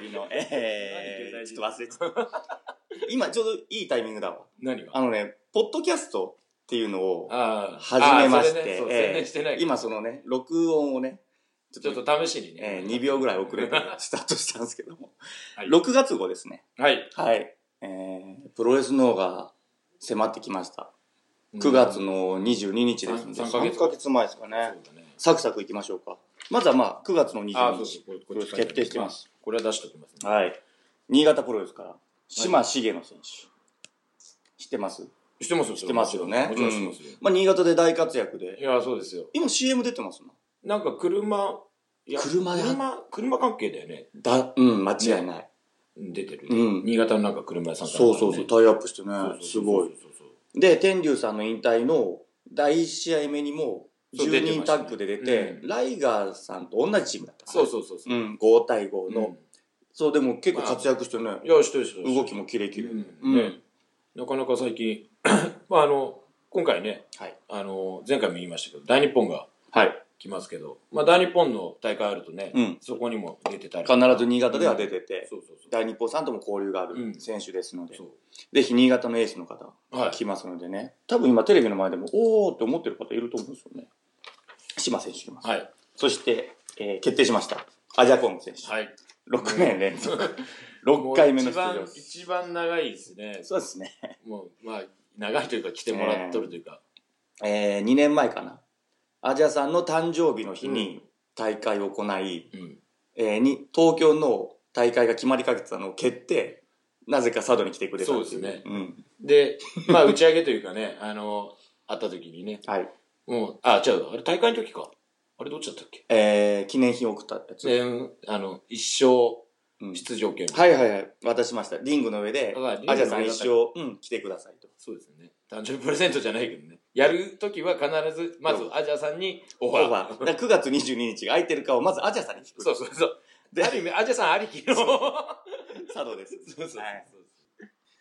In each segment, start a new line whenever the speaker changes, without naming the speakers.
り の、え
何
ー、
携帯
ちょっと忘れてた。今ちょうどいいタイミングだわ。
何が
あのね、ポッドキャストっていうのを、
ああ
始めまして
ああそれねそう
ええ
宣伝してない
今そのね、録音をね、ち
ちょっと試しにね、
えー、2秒ぐらい遅れて スタートしたんですけども、
はい
6月号ですね。
はい
はい。えー、プロレスの方が迫ってきました。9月の22日ですので、
うん三ヶ月
三ヶ月前ですか
ね
ね。
そうだね
サクサクいきましょうか。まずはまあ、9月の
ああ
22
そう
日
そ。うこ
これ決定してます
これは出しておきますね
はい。新潟プロレスから、島重野選手。知ってます
してますよ
知ってますよね
もちろんしてますよ、
まあ、新潟で大活躍で
い。やそうですよ
今 CM 出てますもん
なんか車いや
車で
車車関係だよね
だ、うん、間違いない。
出てる、
うん
新潟のなんか車屋さんからね、
そうそうそう、タイアップしてね
そうそうそう。
すごい。
そうそうそう
で、天竜さんの引退の第1試合目にも、
そう出
10
てましたね
人タッグで出て、
うん
ライガーさんと同じチームだった。
そうそうそうそうう、
ん、5対5の。そう、でも結構
まあ
活躍してね、
いやしてるしてる
動きもキレキレ。
う
うんん。
ねなかなか最近 まああの今回ね
はい。
あの前回も言いましたけど大日本が
はい。
来ますけど、まあ、大日本の大会あるとね、
うん
そこにも出てたり
必ず新潟では出てて、
そうそうそう
大日本さんとも交流があ
う
る
ん
選手ですので、
そう
ぜひ新潟のエースの方、
はい
来ますのでね、多分今テレビの前でも、おーって思ってる方いると思うんですよね。島選手来ます。
はい
そして、えー決定しました。アジアコング選手。
はい
6年連 続。6回目の出
も
場
う
です。
一番一番長いですね
そうですね。
もうまあ長いというか来てもらっとるというか、
えー、2年前かな。アジアさんの誕生日の日に大会を行い、
うん
えーに、東京の大会が決まりかけてたのを蹴って、なぜか佐渡に来てくれたってい
そうですね
うん。
でまあ打ち上げというかねあの会った時にね
はい。
もうあ違うあれ大会の時かあれどっちだったっけ
えー、記念品を送ったやつ。
であの一生
うん
出場権、
はいはいはい。渡しました。リングの上で
あリングの上だっ、た
アジアさん一生、うん、来てくださいと。
そうですね誕生日プレゼントじゃないけどねやる時は必ずまずアジアさんにオ
オ
フ
フ
ァ
ァ
ー
ー。だから9月22日が空いてるかをまずアジアさんに聞く。
そうそうそう。
で
ある意味、アジャさんありきの。
佐渡です。はい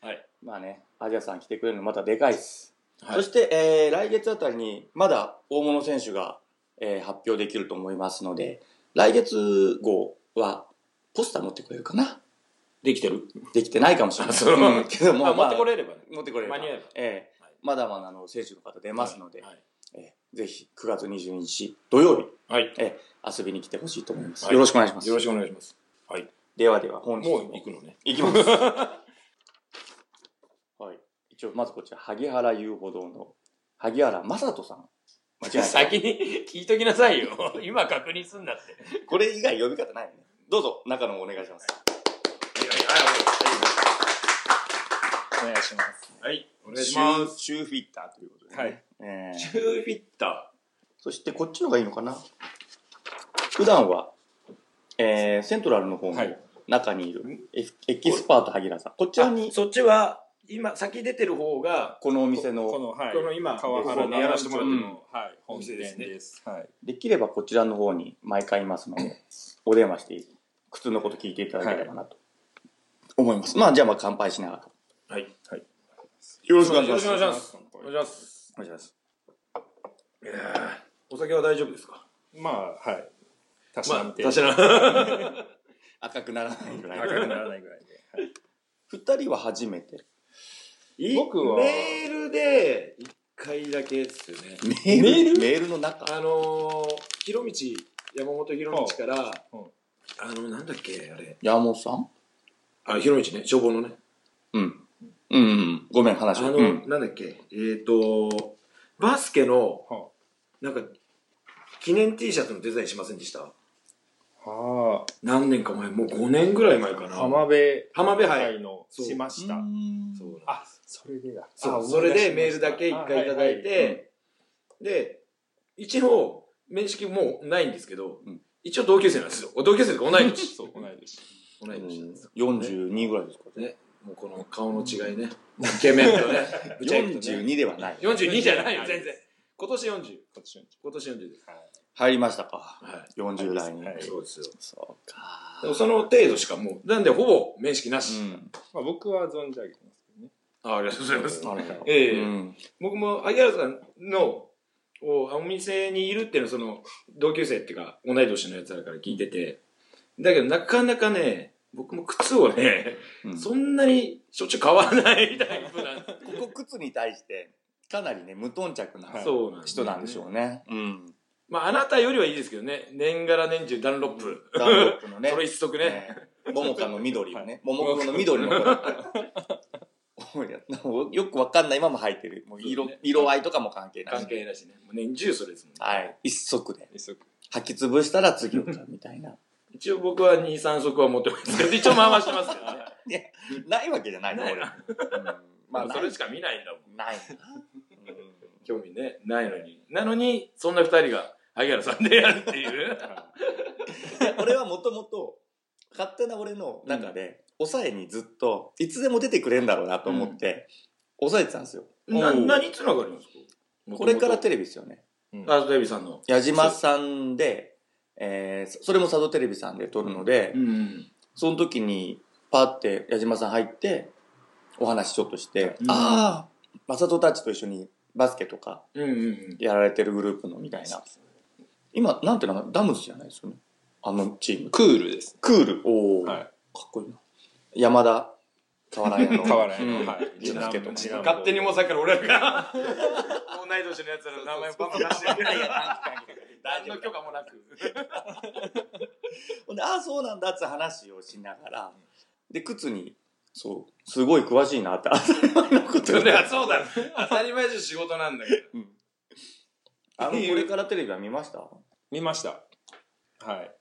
はい。
まあね、アジアさん来てくれるのまたでかいです。
はい
そして、えー来月あたりにまだ大物選手が、えー発表できると思いますので、来月号はポスター持ってくれるかな
できてる
できてないかもしれな
あそう
い。うんけど
まあ、
も、
持ってこ
れ。
れればね。
持ってこれば
間に合えば
ええ
はい
まだまだあの選手の方出ますので、
はい
ええぜひ9月22日土曜日
はい。
遊びに来てほしいと思います、
はい
よろしくお願いします。
よろしくお願いします。はい。
ではでは本日
もう行くのね。
いきます。 はい。一応、まずこちら、萩原遊歩道の、萩原正人さん。間違 いない。
先に聞いときなさいよ。今確認すんなって。
これ以外呼び方ないよね。どうぞ、中野お願いします。
お願いします。
はい。お願いし
シ
ま
ュ
す。
ー、シューフィッターということで、ね。
はい。
え
シ
ー
ューフィッタ
そして、こっちの方がいいのかな普段は、えー、セントラルの方
ー。
の。中にいる、エエキスパート萩原さん。こちらに、
そっちは、今、先出てる方が、
このお店の
この、はい。
この今、
川
こ
原
こでやらせてもらってる
うん
の。
はい。
本
本
店
店
で
ですす
ね
はい。
できればこちらの方に毎回いますので、お電話して、苦痛のこと聞いていただければなと思います。まあ、じゃあまあ乾杯しながら。
はい。
よ
ろしくお願いしますお願いします。
お願いします。
いやーお酒は大丈夫ですか
まあ、はい。たしな
ま
み
あ、
て。
私ら。
赤くならないぐら
長
い。
くならないぐらいで。はい
二人は初めて。
僕は
メールで1回だけですよね
メールメールの中。
あのー、広道山本広道から、
うんうん
あのなんだっけあれ
山本さん
あ広道ね消防のね
うん。うんうん。ごめん、
あ
話を。
の、
うん
なんだっけえっ、ー、とバスケの
は
なんか記念 T シャツのデザインしませんでした
あは
何年か前もう5年ぐらい前か
あ。
な
浜辺
浜辺はい
会の
そう
しまし
そう
た。
なんです
あ、それでだ。
そ
あ
うそれでメールだけ1回いただい。
思出しましたあはは
て、で、一応、面識もうないんですけど
うん、
一応同級生なんですよ。同級生とか同い年。
そう、同い年。
同い年なんですよ。
42ぐらいですか
ねもうこの顔の違いね。イケメンと ね。ぶちゃいくとね
?42 ではない。
42じゃないよ、全然。今年40。
こっちに
今年40です。
入りましたか。
は
40代に
は。い
い。そうですよ。
そうか
でもその程度しかもう、なんでほぼ面識な
う
し。
ん。
まあ、僕は存じ上げてますけどね。
あありがとうございます。
なるほど
ええ
うん
僕も萩原さんのおお店にいるっていうのはその同級生っていうか同い年のやつらから聞いててだけどなかなかね僕も靴をね、
うん
そんなにしょっちゅう買わないタイプなんで。
ここ靴に対してかなりね無頓着な
はい
そうなんです
人
ね
なんでしょうね。うん。
まあ、あなたよりはいいですけどね。年がら年中ダンロップ。
ダンロップのね。
それ一足ね。
ね。ももかの緑をね。ももかの緑の子だったよ。おいよくわかんないまま履いてる。もう色
そうね
色合いとかも関係ない
関。係ないしね。もう年中それですもんね。
はい。一足で。
一足
履き潰したら次を買うみたいな。
一応僕は2、3足は持ってますけど、一応回してますけ どね。
ないわけじゃないの、
ない
俺。うん
ま
ま
あ、
あ、
そ
そ
れ
れ
しか見ないんだもん。
ないな。
興味ね、ないのに。なのに、そんな二人が、萩原さんでやるって いう。
うん俺はもともと、勝手な俺の中で、抑えにずっと、いつでも出てくれんだろうなと思って、抑えてたんですよ。
な、
おう
何つながりますか
これからテレビですよね。
うん
アートテレビさんの。
矢島さんで、えーそそれも佐渡テレビさんで撮るので、
うん。
その時にパーって矢島さん入ってお話ちょっとして、
うん
ああ正人たちと一緒にバスケとか
うんうんうん。
やられてるグループのみたいな今なんていうのダムズじゃないですよねあのチーム
クールです。
クールおお、
はい
かっこいいな山田河原 屋の
変わらない
うん
の。はい。
ジュンスケとか
次男
勝手にもうさっきから俺 らが、同い年のやつらの名前をバンバン出してる。 何の許可もなく。
ほんでああそうなんだって話をしながらで靴にそうすごい詳しいなって当たり前のこと
そ
で
れは そうだ。当たり前じゃ仕事なんだけど。
うんあのこれからテレビは見ました
見ました。はい。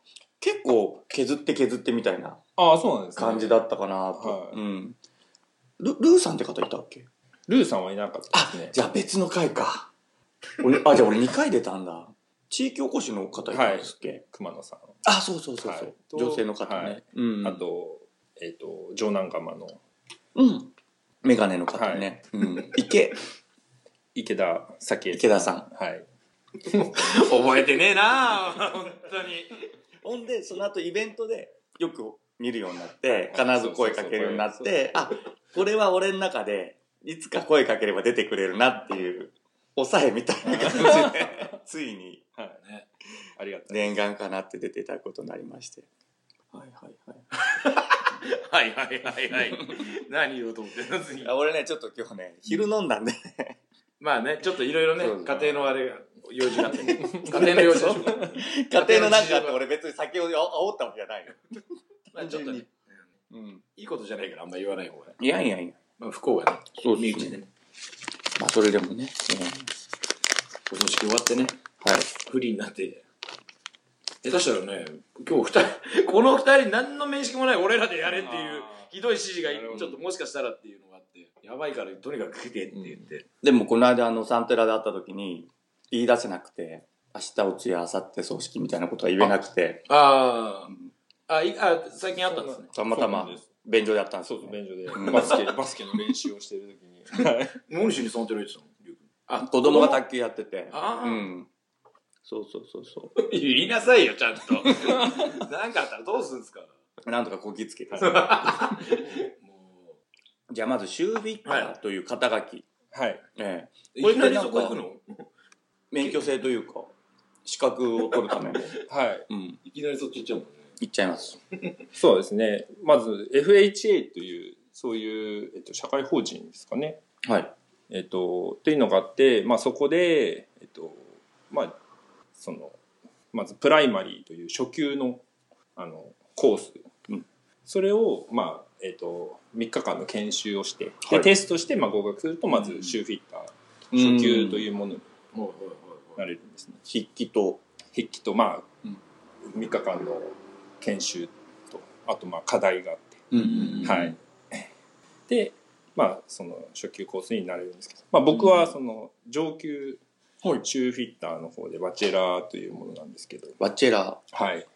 結構削って削ってみたいな
ああ、そうなんですね
感じだったかなと、
はい
うんルルーさんって方いたっけ
ルーさんはいなかったですね。
じゃあ別の回か俺あじゃあ俺2回出たんだ地域おこしの方いたんですっけ、
熊野さん。
あそうそうそうそう、
はい
女性の方ね、
はい
うん
あと、えっと、城南釜の
うん眼鏡の方ね、うん、池
池田咲恵
池田さん
はい。
覚えてねえなあ本当に。
ほんでその後イベントでよく見るようになって必ず声かけるようになってあこれは俺の中でいつか声かければ出てくれるなっていう抑えみたいな感じでついに
はい。
ね
ありがとう。
念願かなって出ていただくことになりましてはいはいはい
はいはいはいはい。何言おうと思ってんの次
あ俺ねちょっと今日ね昼飲んだんで
まあね、ちょっといろいろね、
そうそう
家庭のあれが、用事があって ね。家庭の用事でしょ。
家庭の中で俺別に酒を煽ったわけじゃないよ、
まあちょっとね、
うん、
いいことじゃないからあんま言わない方がね。
いやいやいや
まあ不幸がね、
そうで
身内
す
で
ね、
ね。
まあ、それでもね、
お葬式終わってね、
うんはい
不利になって。下手したらね、今日二人、 この二人何の面識もない俺らでやれっていう
あ、
ひどい指示が
なるほど
ちょっともしかしたらっていうのがあって、やばいからとにかく来てって言って。
でもこの間あのサンテラで会った時に言い出せなくて明日お通夜明後日葬式みたいなことは言えなくて
あ
うん
あ、あ、いあ、最近あったんですね。
たまたま
そうなんです
便所でやったんです
そう
よ
そう、
ね
便所で。バスケ、バスケの練習をしてる時に。はい。
何しにその手のやつなのりゅうくんあ
子供が卓球やってて
あー
うんそうそうそうそ
言いなさいよ、ちゃんと。 なんかあったらどうすんす か
うなんとかこぎつけて
も
じゃあまずシュービッカーという肩書き、
はい。
ええ
う。
こ
い
れ
き
って
な
なんか
りそこ行くの
免許制というか資格を取るための、
はい。
うん、
いきなりそっち行っちゃうもんね。
行っちゃいます
そうですね。まず、FHA という、そういう、えっと、社会法人ですかね。
はい
えっと、というのがあって、まあ、そこで、えっと、まあ、その、まずプライマリーという初級の、あの、コース。
うん
それを、まあ、えっと、3日間の研修をして、
は
で、
い
テストして、まあ、合格すると、まず、シューフィッター、初級と
う
いうものに
はいはい
なれるんですね。
筆記と
筆記と、まあ
うん、
3日間の研修と、あと、まあ、課題があって、はい、で、まあ、その初級コースになれるんですけど、まあ、僕はその上級
はい
シューフィッターの方でバチェラーというものなんですけど、
バチェラー
はい、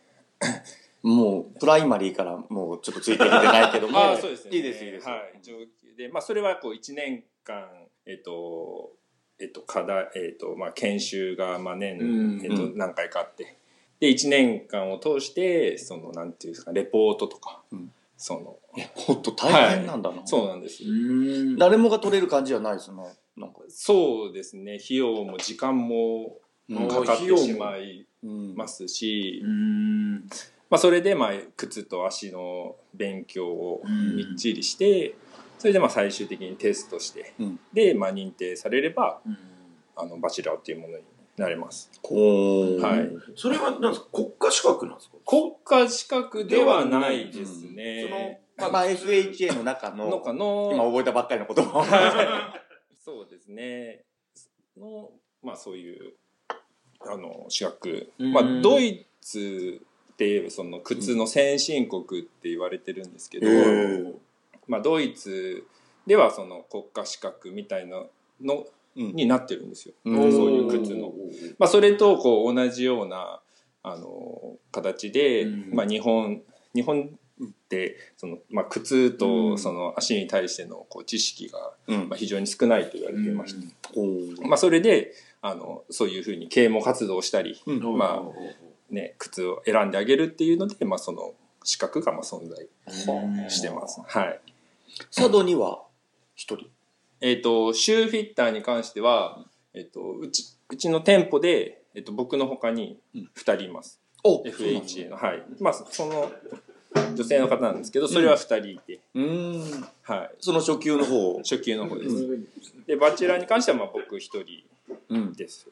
もうプライマリーからもうちょっとついてきてないけど もいいですいいです、
はい、上級で、まあ、それはこう1年間、えっとえっと課題、えっとまあ、研修がまあ年、
うん
えっと、何回かあってで1年間を通してそのなんていうんですかレポートとか、
うん
その
ほんと大変なんだな、
そうなんです、
うん。
誰もが取れる感じじゃないですねなんか、
そうですね費用も時間も
う
うん
ん
かかってしまい
うん
ますし、
ん。
まあ、それでまあ靴と足の勉強を
うん
みっちりして、それでまあ最終的にテストして、
うん
でまあ認定されれば
うん
あのバチェラーっていうものになれます。
ほう
はい、
それはなんですか国家資格なんですか
国家資格ではないですね。
まあ、FHA の中の
のか
今
の
覚えたばっかりの言 葉を
そうですねのまあそういうあの資格、
うん
まあ、ドイツって言えばその靴の先進国って言われてるんですけど、
へえ
まあ、ドイツではその国家資格みたいなの
うん
になってるんですよ、
うん
そういう靴の。まあ、それとこう同じようなあの形で、
うん
まあ、日本日本ってその、まあ、靴
う
と
ん
その足に対してのこう知識が
うん
まあ非常に少ないと言われていまして、
ほう
まあ、それであのそういうふうに啓蒙活動をしたり、
うん
まあね、靴を選んであげるっていうので、まあ、その資格がまあ存在してます。はい
佐渡には一人
えっとシューフィッターに関しては、えっとうちうちの店舗で、えっと僕のほかに
うん
2人います。
お
FHA の、はい。まあ、その、女性の方なんですけど、それは2人いて、
うーん
はい。
その初級の方を
初級の方です。
う
で、バチェラーに関しては、まあ、僕1人
うん
です。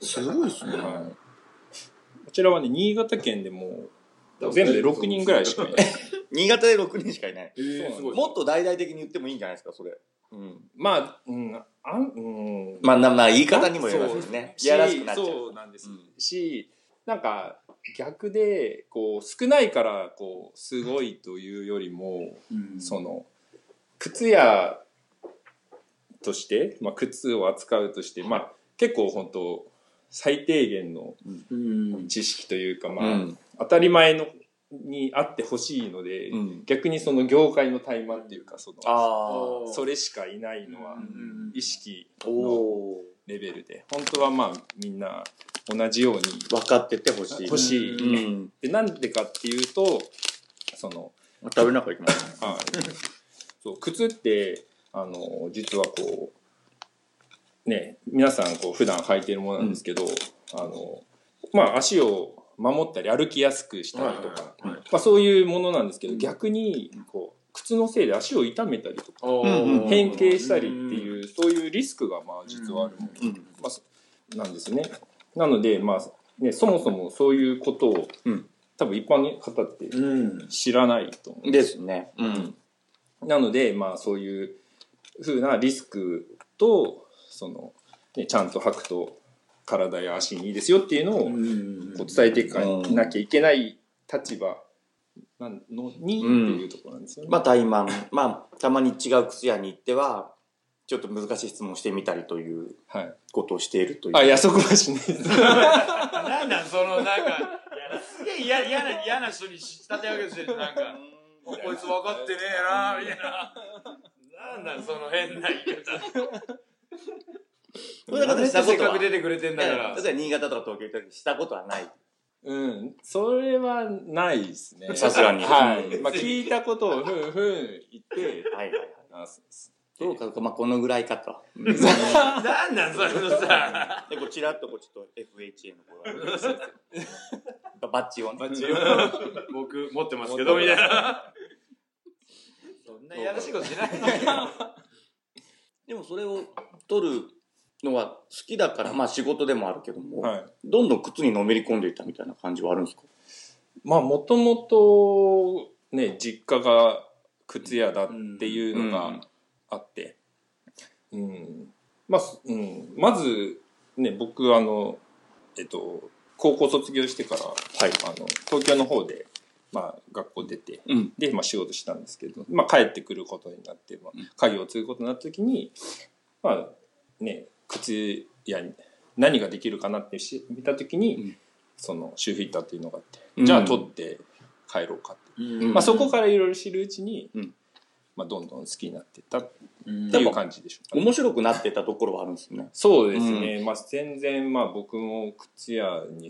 すごいですね
はい。こちらはね、新潟県でもう、全部で6人ぐらいしかいない。
新潟で6人しかいない
えー、すごい
もっと大々的に言ってもいいんじゃないですかそれうん
まあ、うん、あん、うん。
まあなまあ言い方にもよりますしねい
そう
やらしくなっちゃ
そううなんです。
う
し、なんか、逆で、こう、少ないから、こう、すごいというよりも、その靴屋として、まあ、靴を扱うとして、まあ、結構本当最低限の
うん
知識というか、まあ
うん
当たり前のにあってほしいので、
うん
逆にその業界の怠慢っていうかその
あ
それしかいないのは
うん
意識
あお
レベルで本当はまあみんな同じように
分かっててほしい
欲しい。
うん
でなんでかっていうとその
食べなきゃいけない
はい、 そう靴ってあの実はこうね皆さんこう普段履いてるものなんですけど、あのまあ、足を守ったり歩きやすくしたりとか、
はいはいはい
まあ、そういうものなんですけど逆にこう靴のせいで足を痛めたりとか
うん
変形したりっていうそういうリスクがまあ実はあるもの、
うん
まあそ、なんですね。なので、まあね、そもそもそういうことを、
うん
多分一般の方って
うん
知らないと思うん
ですねうん
なので、まあ、そういうふうなリスクとその、ね、ちゃんと履くと体や足にいいですよっていうのをこ
ん
う伝えていか
うん
なきゃいけない立場なんのに、
うん
っていうところなんですよね。
まあ怠慢まあたまに違う靴屋に行ってはちょっと難しい質問してみたりという
はい、
ことをしているという
あいやそこはしないです。
なんなんそのなんかすげえ嫌嫌な嫌な人に仕立て上げてるなんかこいつ分かってねえなみたいな。なんなんその変な言い方。
それだからした
せ
こ
っ
と
か
は
く出てくれてんだから。
例えば新潟とか東京行った時したことはない
うん、それはないですね。
さすがに
はい。まあ、聞いたことをふんふん言って、
はいはいはい
あすす
どうかまあこのぐらいかと
なんなんそれのさ。
でこうちらっとこうちょっと FHA の子がバッジをね
僕持ってますけどみたいな。そんなやらしいことしない。
でもそれを取るのは好きだからまあ仕事でもあるけども、
はい。
どんどん靴にのめり込んでいったみたいな感じはあるんですか
まあもともとね実家が靴屋だっていうのがあって、うんまあすうん、まずね僕あのえっと高校卒業してから、
い
あの東京の方で、まあ、学校出て
うん
で、まあ、仕事したんですけど、まあ、帰ってくることになって、ま
うん
あ、家業を継ぐことになった時にまあね靴屋に何ができるかなってし見た時に、
うん
そのシューフィッターっていうのがあって、
うん
じゃあ取って帰ろうかって、
ん
まあ、そこからいろいろ知るうちに、
うん
まあ、どんどん好きになってったって
うん
いう感じでしょうかね、
面白くなってたところはあるんですよね
そうですね、まあ、全然まあ僕も靴屋に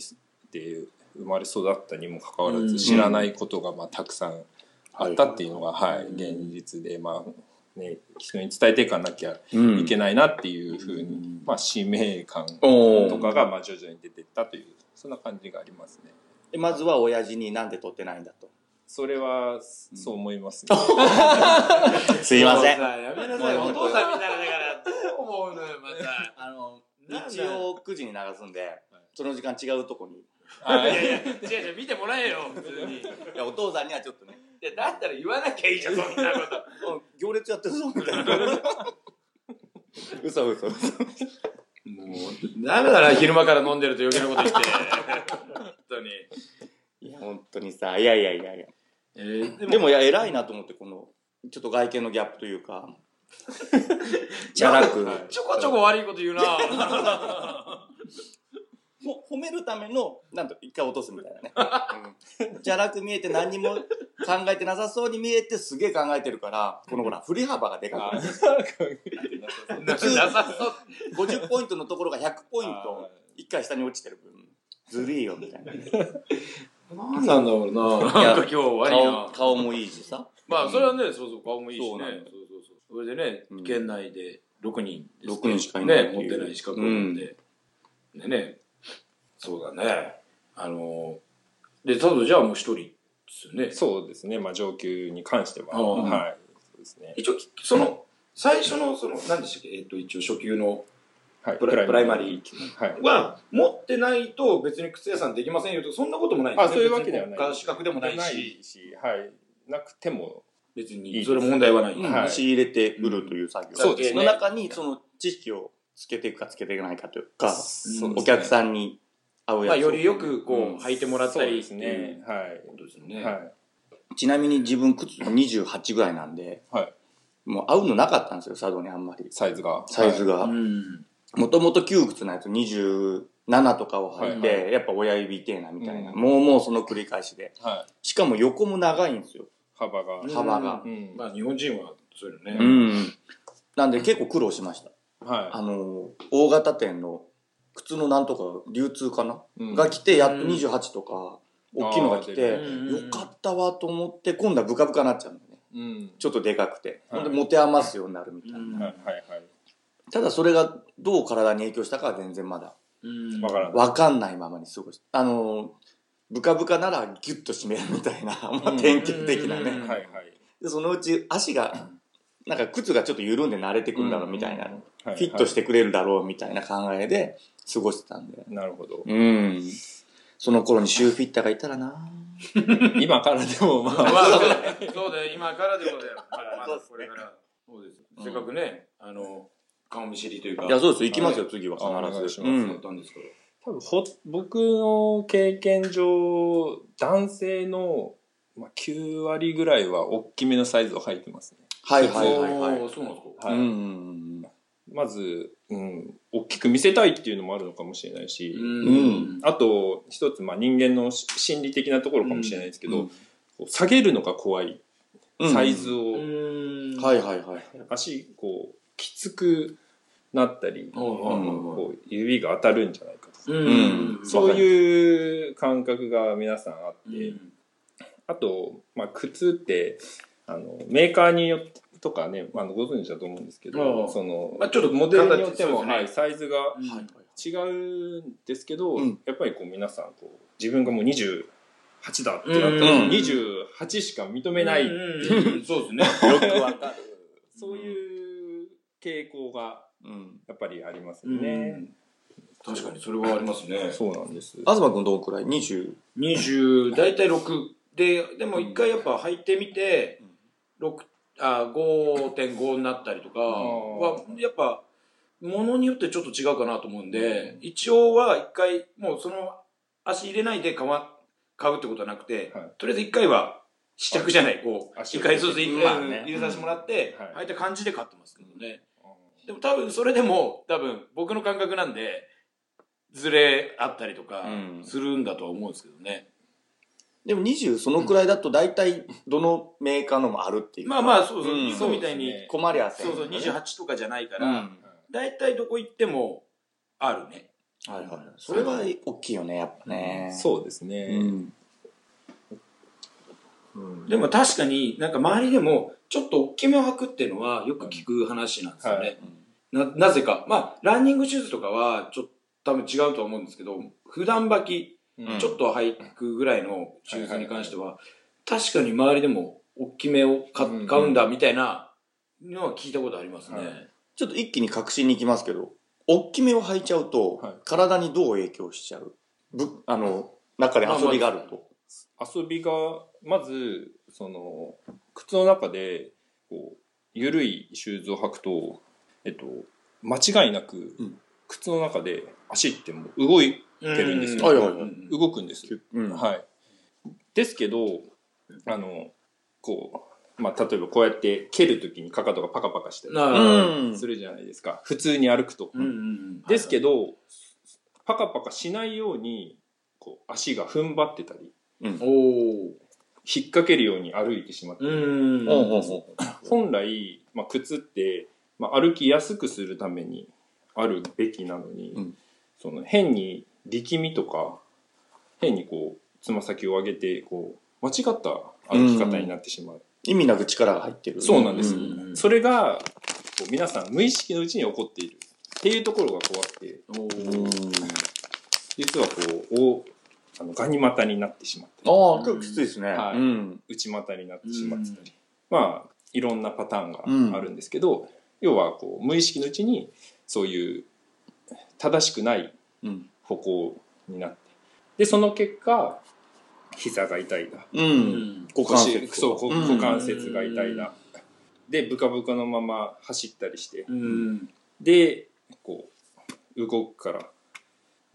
で生まれ育ったにもかかわら
うん
ず知らないことがまあたくさんあったっていうのが、はい
うん
現実で、まあね、人に伝えていかなきゃ
うん
いけないなっていうふうに、
うん
まあ、使命感
お
とかがまあ徐々に出てったというそんな感じがありますね。
でまずは親父になんで撮ってないんだと。
それはそう思い ますね、
すいませ
お
ん。
父さやめなさい。お父さんみたいなだから、どう思うのよ、また。
あの、
なんだ
日曜9時に流すんで、その時間違うとこに。
いやいや、違う違う、見てもらえよ、普通に。い
いや、お父さんにはちょっとね、
や、だったら言わなきゃいいじゃん、そんなこと。
あ行列やってるぞ、みたいな。嘘嘘嘘。
もう、ダメだな、昼間から飲んでると余計なこと言って。本当に。
いや、本当にさ、いやいやいやいや。
えー、で
で
も、
も、いや、偉いなと思って、この、ちょっと外見のギャップという か、じゃなく、
ちょこちょこ悪いこと言う な。
ほ褒めるための、なんと、一回落とすみたいな ね。じゃなく見えて何にも考えてなさそうに見えてすげえ考えてるから、このほら、振り幅がでか
あ
くて、
ななさそう。
50ポイントのところが100ポイン
は
ト、一回下に落ちてる分、ずるいよ、みたいな。
なんなんだろうな。なんか今日悪いな
顔、。顔もいいしさ。
まあ、それはね、そうそう、顔もいいし
そ
ね。そうう
なんだ
そうそう。それでね
うん、
県内で6人ですね。
6人しかいないっ
ね、
て
持
い
っ
う
てない資格を持って。でね、そうだね。あのー、で、ただじゃあもう一人ですよね。
そうですね、まあ、上級に関しては、
うん
はいそうですね
一応、その、最初の、その、何でしたっけ、えっと、一応、初級の
はい、
プラプライマリ
ー、はい、
は、持ってないと別に靴屋さんできませんよとか、そんなこともないんですね
あそういうわけではな
別に
い
国家資格でもないし、
しはい、なくても
別
い
に、
い
それも問題はない。
うん
はい
仕入れて売るという作業、
そうですね
の中にその知識をつけていくかつけていかないかというか
そうですね
お客さんに合うやつを
まあ、よりよく、こう、
ん
履いてもらっ
そ
た
う
り
で
って
す
い
ね
う
はい
ことですよね。
はい
ちなみに自分靴28ぐらいなんで、
はい
もう合うのなかったんですよ佐渡にあんまり
サイズが
サイズ
う
が
ん。
もともと窮屈なやつ27とかを履いて、
はい
やっぱ親指痛えなみたいな、
うん
もうもうその繰り返しで
はい、はい、
しかも横も長いんですよ
幅が、
ん
幅が
うん
まあ、日本人はそういうのね。
うん、なんで結構苦労しましたあ
は
の大型店の靴のなんとか流通かな、
い、うん
が来てやっと
うん
28とか大きいのが来て、
あ
ー出る
よかったわと思って今度はブカブカになっちゃうんだよね
うん、
ちょっとでかくて、
はい
ほんで持て余すようになるみたいな、
うん
はいはいはい
ただそれがどう体に影響したかは全然まだ
うん
わからない
分かんないままに過ごしてあのブカブカならギュッと締めるみたいな、 まあ、典型的なね、
うん
はいはい
でそのうち足がなんか靴がちょっと緩んで慣れてくるんだろうみたいな、
はい
フィットしててくれるだろうみたいな考えで過ごしてたんで、
なるほど
うん。その頃にシューフィッターがいたらな。
今からでもま
まあ
あ、
そうだよそうだよ、今からでもだよ。まだまだこれから。そうです。せっかくね、あの、顔見知りというか、
い
だ
や、
っ
そうです。行きますよ、次は
あお願い
必
し
ず。
ます
うん。
たんですけ
多分ほ僕の経験上男性の、まあ、9割ぐらいは大きめのサイズを履いてますね、
はい
ど。
はいはいはい。
おーそうなんですか。
はい
うんうん
まず、うん、大きく見せたいっていうのもあるのかもしれないし、
ん
あと一つ、まあ、人間のし心理的なところかもしれないですけ
う
ど、
ん
こう下げるのが怖い
うん。
サイズ
う
を、
ん。。
はいいはいはい。
足こうきつくなったり、
はいはいはい
こう指が当たるんじゃないかとか、
うん
うん
そういう感覚が皆さんあって、
うん
あと、まあ、靴ってあのメーカーによってとかね、まあ、ご存知だと思うんですけ
う
ど
ん
その、
まあちょっと
モデルによっても、
形そうですね
はい、サイズが
うん
はい
違うんですけど、
うん
やっぱりこう皆さんこう自分がもう28だってなったら、
うん
28しか認めない、
うんうんうんそうですね。
よくわかる。
そういう傾向が
うん。
やっぱりありますよ
う
ね。
ん確かにそれはありますね。
そうなんです。
東君どんくらい ?20?
20大体6ででも一回やっぱ履いてみて六あ5.5になったりとかはやっぱものによってちょっと違うかなと思うんで一応は一回もうその足入れないで買わ買うってことはなくて、
はい
とりあえず一回は試着じゃないこう
足
一
を
回ずつ入れ,、
まあね
入れさせてもらって、
は
履
い
いた感じで買ってますけどねでも多分それでも多分僕の感覚なんでずれあったりとか
うん
するんだとは思うんですけどね、
でも20そのくらいだと大体どのメーカーのもあるっていう。
まあまあ、そうそう、
うん
日本みたいに、
そうですね
困りゃせん
そうそう、28とかじゃないか
うん。
ら、だいたいどこ行っても、あるね。
はいはい。それは大きいよね、やっぱね。
そうです
う
ね。
ん。
うん
でも確かになんか周りでも、ちょっと大きめを履くっていうのはよく聞く話なんですよね。
はい
な、なぜか。まあ、ランニングシューズとかは、ちょっと多分違うとは思うんですけど、普段履き、
うん
ちょっと履くぐらいのシューズに関しては、確かに周りでも大きめを買
うん
買うんだみたいなのは聞いたことありますね。
はい
ちょっと一気に確信に行きますけど、大きめを履いちゃうと、
はい
体にどう影響しちゃうぶあの、中で遊びがあると。
遊びがまずその靴の中でこう緩いシューズを履くと、えっと、間違いなく
うん
靴の中で足ってもう動い
うん
てるんですよ
はいはいはい
うん
動くんですよ、
うん
はい、ですけどあのこう、まあ、例えばこうやって蹴る時にかかとがパカパカした
な
う
あ
ん
りするじゃないですか普通に歩くと。
うんうん
ですけどパカパカしないようにこう足が踏ん張ってたり
ど、お
引っ掛けるように歩いてしまって
ーうん
ほうほうほう
本来、まあ、靴って、まあ、歩きやすくするためにあるべきなのに、
うん
その変に力みとか変にこうつま先を上げてこう間違った歩き方になってしまう、
意味なく力が入ってる。
そうなんです、
うんうんうん
それがこう皆さん無意識のうちに起こっているっていうところが怖くて
お
う
ー
ん
実はこうおあのガニ股になってしまって
ああ、結構きついですね。
はい
うん
内股になってしまってたり、まあいろんなパターン
うん
があるんですけど、要はこう無意識のうちにそういう正しくない
うん。
歩行になってでその結果膝が痛いだ
う。
うんん
股関節。
腰そうこ
うん
股関節が痛いだ、でブカブカのまま走ったりして
うん
でこう動くから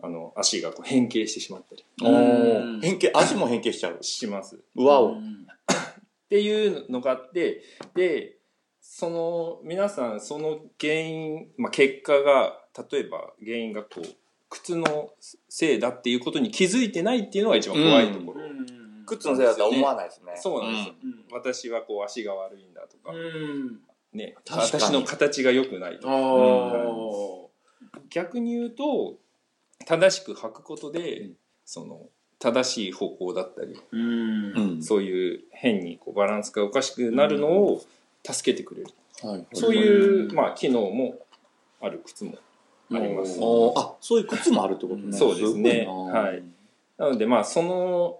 あの足がこう変形してしまったり
おー
うん
変形、足も変形しちゃう。
します。
わお。
っていうのがあってでその皆さんその原因、まあ、結果が例えば原因がこう靴のせいだっていうことに気づいてないっていうのが一番怖いところ、
うん
靴のせいだとは思わないですね。
そうなんですよ、
うん
私はこう足が悪いんだとか、
うん
ね
確かに
私の形が良くないと
あ
か
ー
逆に言うと正しく履くことで、
うん
その正しい方向だったり、
うん
うん。うん
そういう変にこうバランスがおかしくなるのを助けてくれる
はい
そういう、まあ、機能もある靴もあります。
おーあ、そういう靴もあるってこと
うん
ね。
そうですね
ごいな
はい。なので、まあ、その、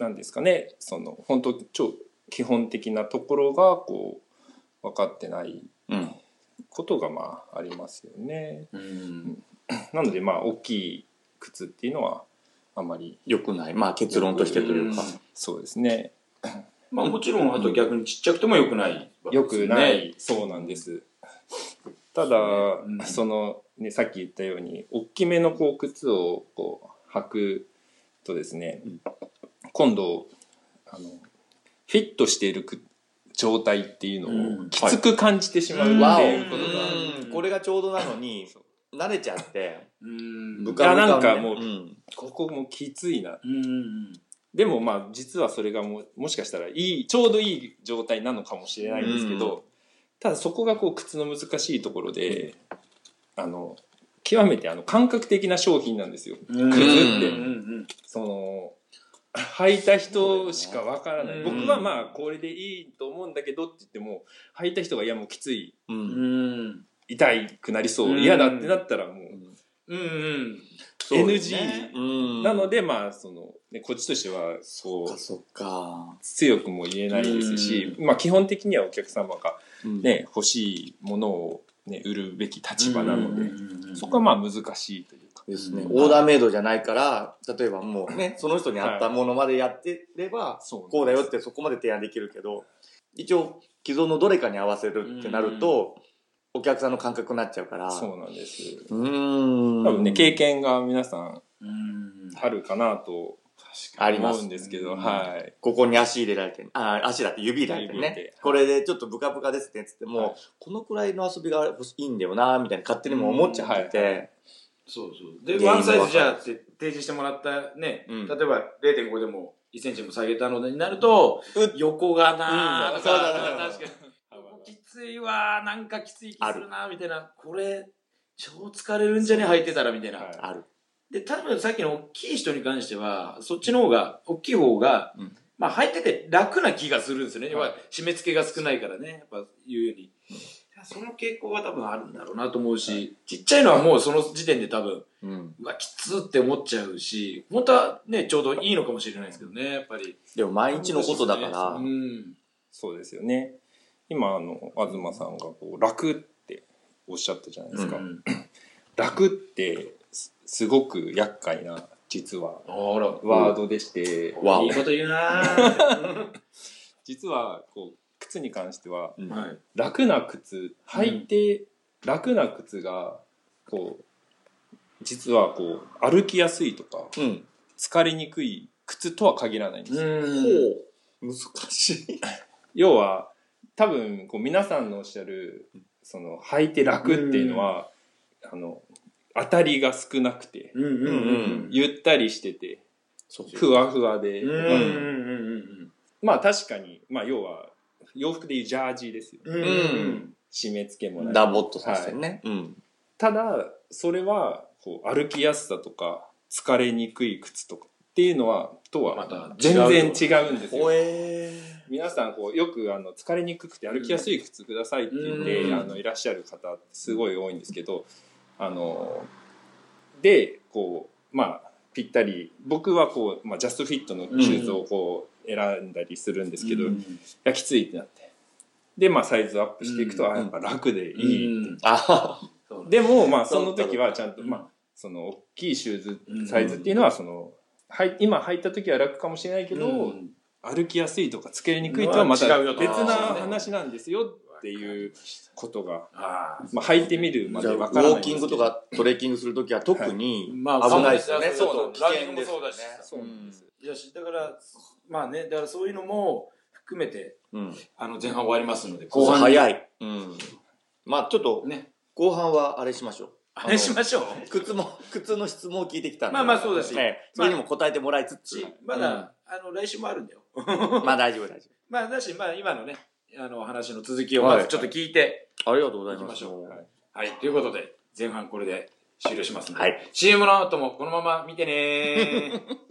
なんですかね、その、本当超基本的なところが、こう、分かってない
うん。
ことが、まあ、ありますよね。
うん
なので、まあ、大きい靴っていうのは、あまり、
よくない。まあ結論としてというか。
そうですね。
まあもちろん、あと逆にちっちゃくても良くないわけ
よ
です
く
よね。
ない、そうなんです。ただ、
うん
その、ね、さっき言ったように、大きめのこう靴をこう履くとですね、
うん
今度、あの、フィットしているく状態っていうの
う
を
ん
きつく感じてしまうって
わお
いうことが、
うんこれがちょうどなのに、慣れちゃって、
うん。
部
カ
下
なんかもう
うん
ここもきついな。
うん。
でもまあ、実はそれがもうもしかしたらいい、ちょうどいい状態なのかもしれないんですけど、
う
ただそこがこう靴の難しいところで、あの、極めてあの感覚的な商品なんですよ。
うん。
くずって
うん
その履いた人しかわからない、
うん
僕はまあこれでいいと思うんだけどって言っても履いた人がいやもうきつい
うん
うん。うん。
痛いくなりそううん嫌だってなったらもう、
うんうん。
そうですね
NG
うん
なのでまあその、ね、こっちとしては
そっ
こ
か
う
そっか。
強くも言えないですし、まあ基本的にはお客様が、
ね、
ね、欲しいものを、ね、売るべき立場なので、
で
そこはまあ難しいというか。
ですね。
うん
オーダーメイドじゃないから、例えばもうね、その人に合ったものまでやってれば、
そう
こうだよってそこまで提案できるけど、一応既存のどれかに合わせるってなると、お客さんの感覚になっちゃうから。
そうなんです
うーん。
多分ね経験が皆さん
うん。
あるかなと
ありま
思
す
うんですけど、
うん
はい
ここに足入れられて、あ、足だって指入れられて
指
ね
入れて。
これでちょっとブカブカですねっつっても、
はい
このくらいの遊びが欲しいんだよな、みたいな勝手にも思っちゃってて。
そうそう。で、
原因
ワ
が
ンサイズじゃあって提示してもらったね、
うん
例えば0.5でも1センチでも下げたのになると、
う
横がな
うん
ぁ、とか
そうだね
確かに。きついわなんかきつい気するなみたいなこれ超疲れるんじゃね履いてたらみたいな、
はい
ある。
で多分さっきの大きい人に関してはそっちの方が大きい方が、
うん
まあ履いてて楽な気がするんですよね、
はい
やっぱ締め付けが少ないからねやっぱ言うように、その傾向は多分あるんだろうなと思うし、ちっちゃいのはもうその時点で多分、
うん、
うわ、きつって思っちゃうし、本当はね、ちょうどいいのかもしれないですけどね、やっぱり。
でも毎日のことだから、
うん。
そうですよね今あの東さんがこう楽っておっしゃったじゃないですか、
う
楽ってすすごく厄介な実は
あら、
ワードでして、
わお
いいこと言うなぁ
実はこう靴に関しては
うん
はい。
楽な靴履いて楽な靴がこう実はこう歩きやすいとか
うん
疲れにくい靴とは限らないんですよ、
うん。
ほう難しい
要は多分こう皆さんのおっしゃるその履いて楽っていうのは、あの当たりが少なくて
うんうんうん。
ゆったりしてて
そう
ふわふわで、
うんうんうん
まあ確かに、まあ、要は洋服でいうジャージーですよね、
うん。うんうん
締め付けもない
ダボっとさせてね、うん
ただそれはこう歩きやすさとか疲れにくい靴とかっていうのはと
ま
は
た
全然違うんですよ
ほえー
皆さんこうよくあの疲れにくくて歩きやすい靴くださいって言って、
うん
あのいらっしゃる方すごい多いんですけどあのでこうまあぴったり僕はこう、まあ、ジャストフィットのシューズをこう選んだりするんですけど、
う
い
ん
やきついってなってで、まあ、サイズアップしていくと、
うん
あやっぱ楽でいい、
うん
あ
そうね
でもまあその時はちゃんと、
うん
まあ、その大きいシューズ
うん
サイズっていうのはその、はい、今履いた時は楽かもしれないけど、
うん
歩きやすいとかつけにくいとはまた
違うよ
別
と
な話なんですよっていうことが、
ああ。
まあ、履いてみるま
じ
で
ゃあウ
わからな
ォ
いん
ー
で
キ
すけ
ン
ど
グとかトレッキングするときは特に
まあ
危ないですよね、
そうなんですよ
危険ですよね
ランニングもそうだしさ
そうなんです、
よし、だから、まあね、だからそういうのも含めて、
うん
あの、前半終わりますので、
後半
に
早い、うん、まあちょっと
ね、
後半はあれしましょう
あれしましょう。
靴も靴の質問を聞いてきたんで
まあまあそうだし
ええそれにも答えてもらいつつ
し、まだ、あの、来週もあるんだよ。
うんまあ大丈夫大丈
まあ、だし、まあ、今のね、あの、話の続きをま
は
ず
い
ちょっと聞いて、
夫ありがとうござい
行き
ま
ますしょう。はい、ということで、前半これで終了しますので、
はい
CM の後もこのまま見てねー。